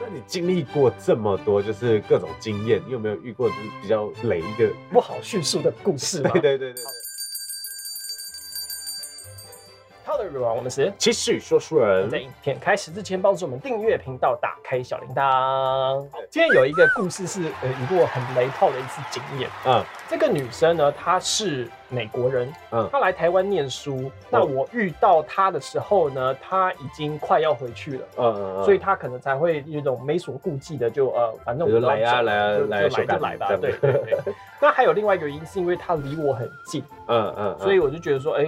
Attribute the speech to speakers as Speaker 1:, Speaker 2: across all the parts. Speaker 1: 那你经历过这么多，就是各种经验，你有没有遇过就是比较雷的？
Speaker 2: 不好叙述的故事嘛。
Speaker 1: 对对对对。
Speaker 2: Hello everyone，我们是。
Speaker 1: 其实说书
Speaker 2: 在
Speaker 1: 人，
Speaker 2: 影片开始之前，帮助我们订阅频道，打开小铃铛。今天有一个故事是，呃，一个很雷炮的一次经验。
Speaker 1: 嗯
Speaker 2: 这个女生呢，她是美国人，
Speaker 1: 嗯
Speaker 2: 她来台湾念书。那我遇到她的时候呢，她已经快要回去了。
Speaker 1: 嗯嗯，
Speaker 2: 所以她可能才会有一种没所顾忌的，就呃，反正我
Speaker 1: 就
Speaker 2: 们
Speaker 1: 是来啊
Speaker 2: 就
Speaker 1: 来啊
Speaker 2: 就
Speaker 1: 来啊
Speaker 2: 就
Speaker 1: 修
Speaker 2: 来
Speaker 1: 改
Speaker 2: 就来吧
Speaker 1: 这。样
Speaker 2: 对对对。 那还有另外一个原因，是因为她离我很近，
Speaker 1: 嗯嗯，
Speaker 2: 所以我就觉得说，哎、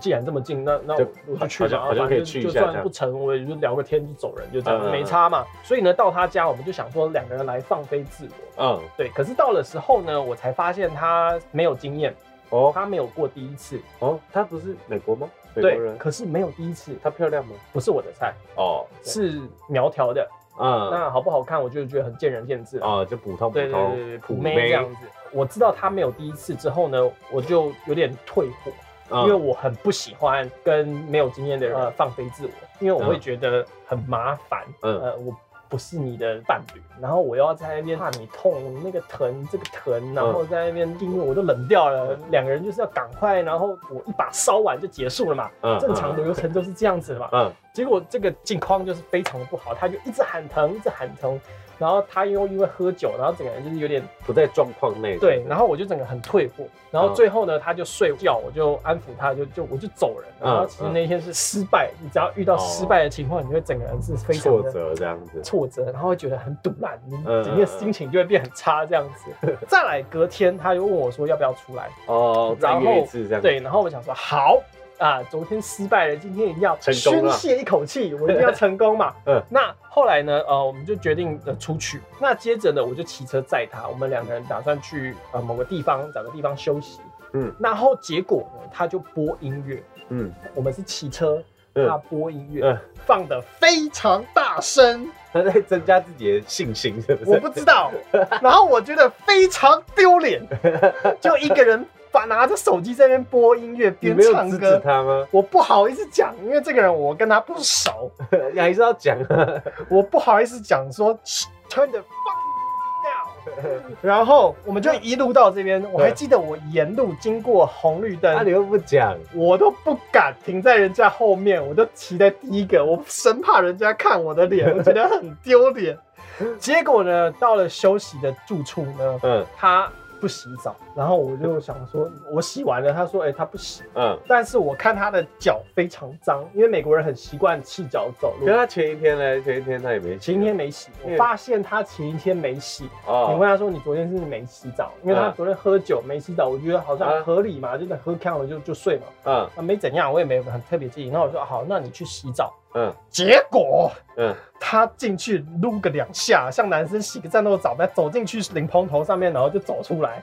Speaker 2: 既然这么近，那那我
Speaker 1: 就
Speaker 2: 我就去
Speaker 1: 好像
Speaker 2: 吧，
Speaker 1: 好像可以
Speaker 2: 反正
Speaker 1: 去一
Speaker 2: 就
Speaker 1: 下这
Speaker 2: 算
Speaker 1: 样
Speaker 2: 不成，我也就聊个天就走人，就这样，
Speaker 1: 嗯嗯嗯
Speaker 2: 没差嘛。所以呢，到他家我们就想说两个人来放飞自我，
Speaker 1: 嗯
Speaker 2: 对。可是到了时候呢，我才发现他没有经验，
Speaker 1: 哦
Speaker 2: 他没有过第一次，
Speaker 1: 哦，她不是美国吗？美国
Speaker 2: 对
Speaker 1: 人，，
Speaker 2: 可是没有第一次，
Speaker 1: 她漂亮吗？
Speaker 2: 不是我的菜，
Speaker 1: 哦，
Speaker 2: 是苗条的。
Speaker 1: 嗯
Speaker 2: 那好不好看，我就觉得很见仁见智。
Speaker 1: 哦，就普通普
Speaker 2: 对对对对，
Speaker 1: 通
Speaker 2: 普妹这样子。我知道他没有第一次之后呢，我就有点退火。因为
Speaker 1: 嗯
Speaker 2: 我很不喜欢跟没有经验的人呃放飞自我，因为我会
Speaker 1: 嗯
Speaker 2: 觉得很麻烦。
Speaker 1: 嗯
Speaker 2: 呃，我不是你的伴侣，然后我又要在那边怕你痛，那个疼，这个疼，然
Speaker 1: 嗯
Speaker 2: 后在那边，因为我都冷掉了，两个人就是要赶快，然后我一把烧完就结束了嘛，
Speaker 1: 嗯
Speaker 2: 正常的流程都是这样子的嘛。
Speaker 1: 嗯
Speaker 2: 结果这个境况就是非常的不好，他就一直喊疼，一直喊疼，然后他又因为喝酒，然后整个人就是有点
Speaker 1: 不在状况内
Speaker 2: 对，然
Speaker 1: 后
Speaker 2: 后我就整个很退步，然
Speaker 1: 嗯
Speaker 2: 后最后呢，他就睡觉，我就安抚他，就就我就走人了。
Speaker 1: 嗯
Speaker 2: 然后其实那一天是失败，你只要遇到失败的情况，你会整个人是非常
Speaker 1: 挫
Speaker 2: 的
Speaker 1: 折这样子，
Speaker 2: 挫折，然后会觉得很堵烂，你
Speaker 1: 嗯
Speaker 2: 整个心情就会变很差这样子。再来隔天，他又问我说要不要出来，
Speaker 1: 哦，再
Speaker 2: 然
Speaker 1: 约一
Speaker 2: 后
Speaker 1: 次这样，
Speaker 2: 对，，然后我想说好啊，昨天失败了，今天一定要
Speaker 1: 成功
Speaker 2: 宣
Speaker 1: 了
Speaker 2: 泄一口 气，我一定要成功嘛。
Speaker 1: 嗯
Speaker 2: 嗯，那后来呢，呃，我们就决定呃出去。那接着呢，我就骑车载他，我们两个人打算去呃某个地方找个地方休息。
Speaker 1: 嗯
Speaker 2: 嗯，然后结果呢，他就播音乐，
Speaker 1: 嗯
Speaker 2: 我们是骑车，他
Speaker 1: 嗯
Speaker 2: 播音乐、
Speaker 1: 嗯，
Speaker 2: 放的非常大声，
Speaker 1: 她在增加自己的信心，是不是？
Speaker 2: 我不 知道。然后我觉得非常丢脸，就一个人把拿着手机在那边播音乐
Speaker 1: 你
Speaker 2: 边
Speaker 1: 没有
Speaker 2: 唱
Speaker 1: 制
Speaker 2: 歌
Speaker 1: 止。他吗？
Speaker 2: 我不好意思讲，因为这个人我跟他不熟，
Speaker 1: 你还是要讲啊。
Speaker 2: 我不好意思讲说 turn the fuck down。然后我们就一路到这边，我还记得我沿路经过红绿
Speaker 1: 那啊你
Speaker 2: 灯，
Speaker 1: 又不讲，
Speaker 2: 我都不敢停在人家后面，我就骑在第一个，我生怕人家看我的脸，我觉得很丢脸。结果呢，到了休息的住处呢，
Speaker 1: 嗯
Speaker 2: 他不洗澡，然后我就想说，我洗完了，他说，哎、他不洗。
Speaker 1: 嗯。
Speaker 2: 但是我看他的脚非常脏，因为美国人很习惯赤脚走
Speaker 1: 可是
Speaker 2: 路。
Speaker 1: 他前一天呢？前一天他也没洗。
Speaker 2: 前一天没洗，
Speaker 1: 嗯
Speaker 2: 我发现他前一天没洗。你问
Speaker 1: 哦，
Speaker 2: 他说你昨天是不是没洗澡，因为他
Speaker 1: 嗯
Speaker 2: 昨天喝酒没洗澡，我觉得好
Speaker 1: 嗯
Speaker 2: 像合理嘛，就是喝看了就就睡嘛，
Speaker 1: 嗯
Speaker 2: 啊没怎样，我也没有很特别介意。那我说好，那你去洗澡。
Speaker 1: 嗯
Speaker 2: 结果
Speaker 1: 嗯，
Speaker 2: 他进去撸个两下，像男生洗个战斗澡，再走进去淋蓬头上面，然后就走出来，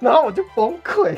Speaker 2: 然后我就崩溃，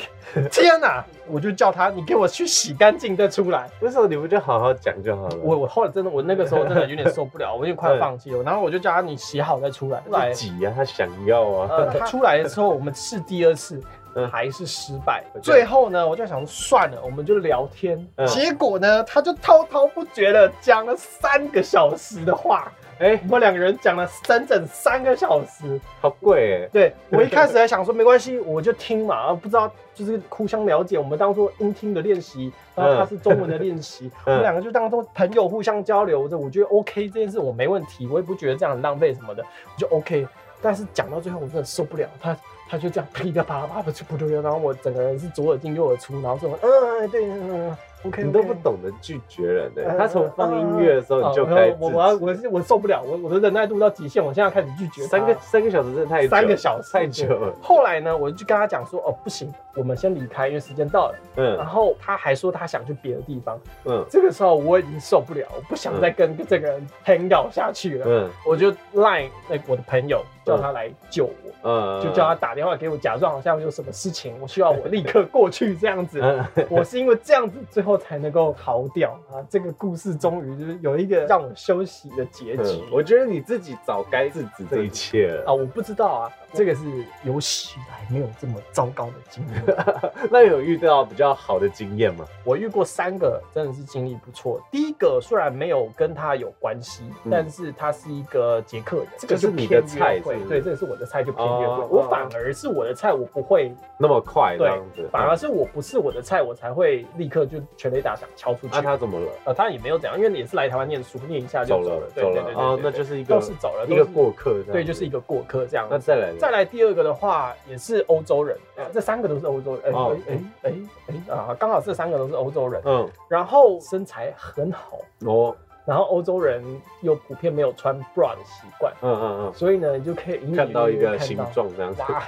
Speaker 2: 天哪、我就叫他，你给我去洗干净再出来。
Speaker 1: 为什么你不就好好讲就好了？
Speaker 2: 我我后来真的，我那个时候真的有点受不了，我有点快要放弃了。然后我就叫他你洗好再出来。后来
Speaker 1: 自，己啊呀，他想要
Speaker 2: 呃，
Speaker 1: 啊。
Speaker 2: 他出来的时候我们试第二次
Speaker 1: 嗯
Speaker 2: 还是失败。
Speaker 1: OK
Speaker 2: 最后呢，我就想说算了，我们就聊天
Speaker 1: 嗯。
Speaker 2: 结果呢，他就滔滔不绝的讲了三个小时的话。
Speaker 1: 哎，
Speaker 2: 我们两个人讲了整整三个小时，
Speaker 1: 好贵哎。
Speaker 2: 对我一开始还想说没关系，我就听嘛，啊不知道就是互相了解，我们当做音听的练习，然后他是中文的练习，我们两个就当做朋友互相交流这我觉得 OK 这件事我没问题，我也不觉得这样很浪费什么的，我就 OK。但是讲到最后我真的受不了，他他就这样噼里啪啦啪不就不就，然后我整个人是左耳进右耳出，然后这种嗯对嗯嗯 OK，
Speaker 1: 你都不懂得拒绝人呢。他从放音乐的时候，
Speaker 2: 哦
Speaker 1: 你就该制
Speaker 2: 我我要
Speaker 1: 止。
Speaker 2: 我是我受不了，我我的忍耐度到极限，我现在开始拒绝他
Speaker 1: 三个啊三个小时真的太久
Speaker 2: 三个小时
Speaker 1: 太久了。
Speaker 2: 后来呢，我就跟他讲说，哦，不行，我们先离开，因为时间到了。然
Speaker 1: 嗯
Speaker 2: 后他还说他想去别的地方。
Speaker 1: 嗯
Speaker 2: 这个时候我已经受不了，我不想再跟这个人 hang out 下去了。
Speaker 1: 嗯
Speaker 2: 我就 line 那我的朋友叫他来救我，
Speaker 1: 嗯，
Speaker 2: 就叫他打电话给我，假装好像有什么事情，我需要我立刻过去这样子。
Speaker 1: 嗯。
Speaker 2: 我是因为这样子，最后才能够逃掉啊！这个故事终于就是有一个让我休息的结局
Speaker 1: 嗯嗯。我觉得你自己早该制止这一切了。
Speaker 2: 啊，我不知道啊，这个是有史以来没有这么糟糕的经历。
Speaker 1: 那有遇到比较好的经验吗？
Speaker 2: 我遇过三个，真的是经历不错。第一个虽然没有跟他有关系，
Speaker 1: 嗯
Speaker 2: 但是他是一个捷克人，这
Speaker 1: 这
Speaker 2: 个
Speaker 1: 是
Speaker 2: 就
Speaker 1: 你
Speaker 2: 偏
Speaker 1: 的菜
Speaker 2: 约会
Speaker 1: 是不是
Speaker 2: 对，这个是我的菜，就偏约会。
Speaker 1: 哦
Speaker 2: 我反而是我的菜，我不会，
Speaker 1: 那么快这
Speaker 2: 对
Speaker 1: 样子，哦
Speaker 2: 反而是我不是我的菜，我才会立刻就全垒打想敲出去。
Speaker 1: 那、啊他怎么了？
Speaker 2: 呃，他也没有怎样，因为也是来台湾念书，念一下就
Speaker 1: 走
Speaker 2: 走了
Speaker 1: 了，，
Speaker 2: 对
Speaker 1: 走
Speaker 2: 对
Speaker 1: 了
Speaker 2: 对对
Speaker 1: 哦，
Speaker 2: 对
Speaker 1: 那
Speaker 2: 对
Speaker 1: 就是一个
Speaker 2: 都是走了，
Speaker 1: 一
Speaker 2: 都
Speaker 1: 个过客这样子，
Speaker 2: 对，就是一个过客这样
Speaker 1: 那。再来呢
Speaker 2: 再来第二个的话，也是欧洲人，呃这三个都是欧洲人，
Speaker 1: 哦
Speaker 2: 哎哎哎哎啊，刚好这三个都是欧洲人，
Speaker 1: 嗯，
Speaker 2: 然后身材很好，
Speaker 1: 哦，
Speaker 2: 然后欧洲人又普遍没有穿 bra 的习惯，
Speaker 1: 嗯嗯
Speaker 2: 所以呢，你就可以
Speaker 1: 嗯，
Speaker 2: 隐隐
Speaker 1: 看到一个
Speaker 2: 约约看
Speaker 1: 形
Speaker 2: 到，
Speaker 1: 状这样子，
Speaker 2: 哇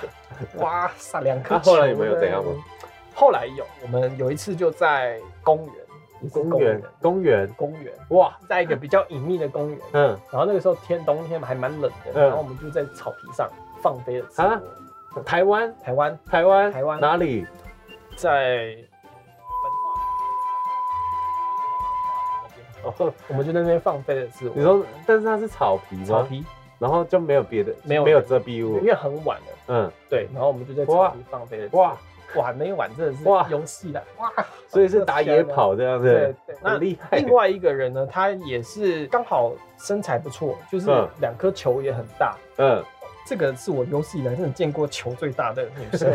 Speaker 2: 哇塞，两颗
Speaker 1: 那后来
Speaker 2: 球
Speaker 1: 有没有
Speaker 2: 呢
Speaker 1: 怎样吗？
Speaker 2: 后来有，我们有一次就在公园，也是
Speaker 1: 公园，公园，
Speaker 2: 公园，
Speaker 1: 哇，
Speaker 2: 在一个比较隐秘的公园，
Speaker 1: 嗯，
Speaker 2: 然后那个时候天冬天还蛮冷的，
Speaker 1: 嗯
Speaker 2: 然后我们就在草皮上放飞了自
Speaker 1: 啊
Speaker 2: 我。
Speaker 1: 台湾，
Speaker 2: 台湾
Speaker 1: 台湾，
Speaker 2: 台湾
Speaker 1: 哪里？
Speaker 2: 在
Speaker 1: 哦，
Speaker 2: 我们就在那边放飞了自我。
Speaker 1: 你说，但是它是草皮
Speaker 2: 草
Speaker 1: 吗？
Speaker 2: 皮，
Speaker 1: 然后就没有别的，
Speaker 2: 没有
Speaker 1: 没有遮蔽
Speaker 2: 因
Speaker 1: 物，
Speaker 2: 为很晚了，
Speaker 1: 嗯，
Speaker 2: 对，然后我们就在草
Speaker 1: 哇
Speaker 2: 皮放飞了自我。
Speaker 1: 哇，
Speaker 2: 哇，那一晚真的是
Speaker 1: 哇
Speaker 2: 游戏的哇，
Speaker 1: 所以是打野跑这样
Speaker 2: 啊对
Speaker 1: 子，
Speaker 2: 对。那
Speaker 1: 很厉害，
Speaker 2: 另外一个人呢，他也是刚好身材不错，就是
Speaker 1: 嗯
Speaker 2: 两颗球也很大。
Speaker 1: 嗯，
Speaker 2: 这个是我有史以来真的见过球最大的女生，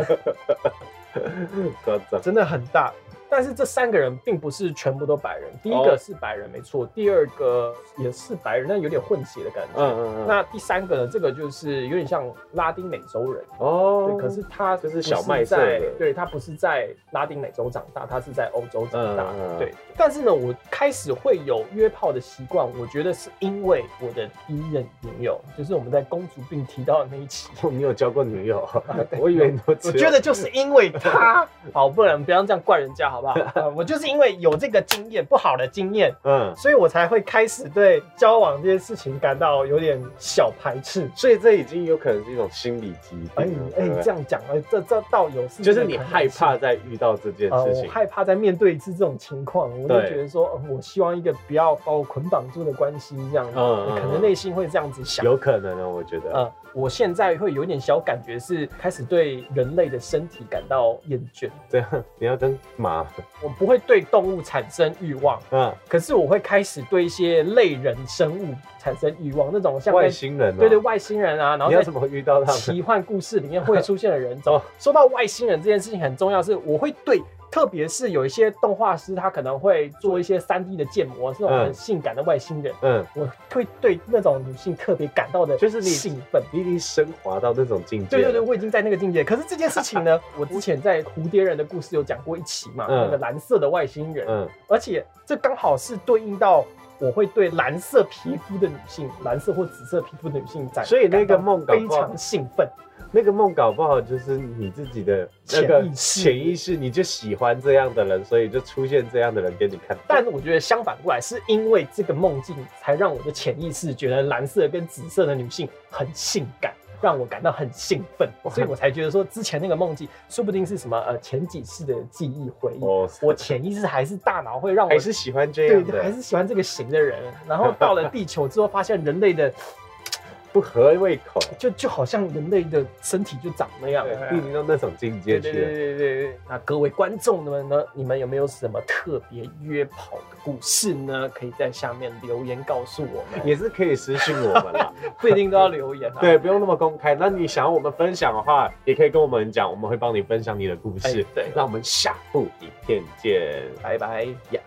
Speaker 1: 夸张，
Speaker 2: 真的很大。但是这三个人并不是全部都白人，第一个
Speaker 1: 哦
Speaker 2: 是白人没错，第二个也是白人，但有点混血的感
Speaker 1: 嗯
Speaker 2: 觉。
Speaker 1: 嗯嗯，
Speaker 2: 那第三个呢？这个就是有点像拉丁美洲人，
Speaker 1: 哦
Speaker 2: 对，，可是他
Speaker 1: 就是
Speaker 2: 不
Speaker 1: 小麦色
Speaker 2: 在
Speaker 1: 的
Speaker 2: 对他不是在拉丁美洲长大，他是在欧洲长大，
Speaker 1: 嗯嗯嗯
Speaker 2: 对。但是呢，我开始会有约炮的习惯，我觉得是因为我的第一任女友，就是我们在公主病提到的那一 期，
Speaker 1: 你有交过女 友？我以为你都只
Speaker 2: 我
Speaker 1: 有
Speaker 2: 觉得就是因为她，好，不然不要这样怪人家好不好？ 呃我就是因为有这个经验，不好的经验。
Speaker 1: 嗯，
Speaker 2: 所以我才会开始对交往这件事情感到有点小排斥。
Speaker 1: 所以这已经有可能是一种心理疾病
Speaker 2: 哎
Speaker 1: 了。
Speaker 2: 哎
Speaker 1: 对不，对
Speaker 2: 这样讲，哎，这这倒有是
Speaker 1: 嗯就是你害怕再遇到这件
Speaker 2: 呃，
Speaker 1: 事
Speaker 2: 我
Speaker 1: 情。哦
Speaker 2: 害怕再面对一次这种情况，我就
Speaker 1: 对
Speaker 2: 觉得说，嗯我希望一个不要把我捆绑住的关系这样子，
Speaker 1: 嗯嗯
Speaker 2: 可能内心会这样子想。
Speaker 1: 有可能啊，我觉得。
Speaker 2: 呃，我现在会有一点小感觉是开始对人类的身体感到厌倦，
Speaker 1: 这样你要跟马，
Speaker 2: 我不会对动物产生欲望，
Speaker 1: 嗯，
Speaker 2: 可是我会开始对一些类人生物产生欲望，那种像在
Speaker 1: 外星人、啊，
Speaker 2: 对对外星人啊，然后
Speaker 1: 你
Speaker 2: 在
Speaker 1: 要怎么遇到他们？
Speaker 2: 奇幻故事里面会出现 的人种
Speaker 1: 哦。
Speaker 2: 说到外星人这件事情很重要，是我会对，特别是有一些动画师，他可能会做一些3 D 的建模，是那种很性感的外星人，
Speaker 1: 嗯，
Speaker 2: 我会对那种女性特别感到的，
Speaker 1: 就是你
Speaker 2: 兴奋。
Speaker 1: 你已经升华到那种境界。
Speaker 2: 对对对，，我已经在那个境界。可是这件事情呢，我之前在蝴蝶人的故事有讲过一期嘛，
Speaker 1: 嗯
Speaker 2: 那个蓝色的外星人，
Speaker 1: 嗯，
Speaker 2: 而且这刚好是对应到我会对蓝色皮肤的女性、蓝色或紫色皮肤的女性在，
Speaker 1: 所以那个梦搞
Speaker 2: 非
Speaker 1: 不好
Speaker 2: 常兴奋。
Speaker 1: 那个梦搞不好就是你自己的那个
Speaker 2: 潜意识
Speaker 1: 潜意识，你就喜欢这样的人，所以就出现这样的人给你看。
Speaker 2: 但我觉得相反过来，是因为这个梦境才让我的潜意识觉得蓝色跟紫色的女性很性感，让我感到很兴奋，
Speaker 1: 哇
Speaker 2: 所以我才觉得说之前那个梦境说不定是什么呃前几世的记忆回忆，
Speaker 1: 哦，
Speaker 2: 我潜意识还是大脑会让我
Speaker 1: 还是喜欢这
Speaker 2: 对
Speaker 1: 样
Speaker 2: 对还
Speaker 1: 的，
Speaker 2: 是喜欢这个型的人，然后到了地球之后，发现人类的
Speaker 1: 不合胃口，
Speaker 2: 就就好像人类的身体就长那样
Speaker 1: 对，你已经到那种境界
Speaker 2: 对对
Speaker 1: 去
Speaker 2: 对
Speaker 1: 了。
Speaker 2: 对对对。那各位观众们呢，你们有没有什么特别约跑的故事呢？可以在下面留言告诉我 们，
Speaker 1: 也是可以私信我们 啦，
Speaker 2: 不一定都要留言啊。
Speaker 1: 对，不用那么公开。那你想要我们分享的话，也可以跟我们讲，我们会帮你分享你的故
Speaker 2: 哎，
Speaker 1: 事。
Speaker 2: 对，
Speaker 1: 那我们下部影片见。
Speaker 2: 拜拜呀。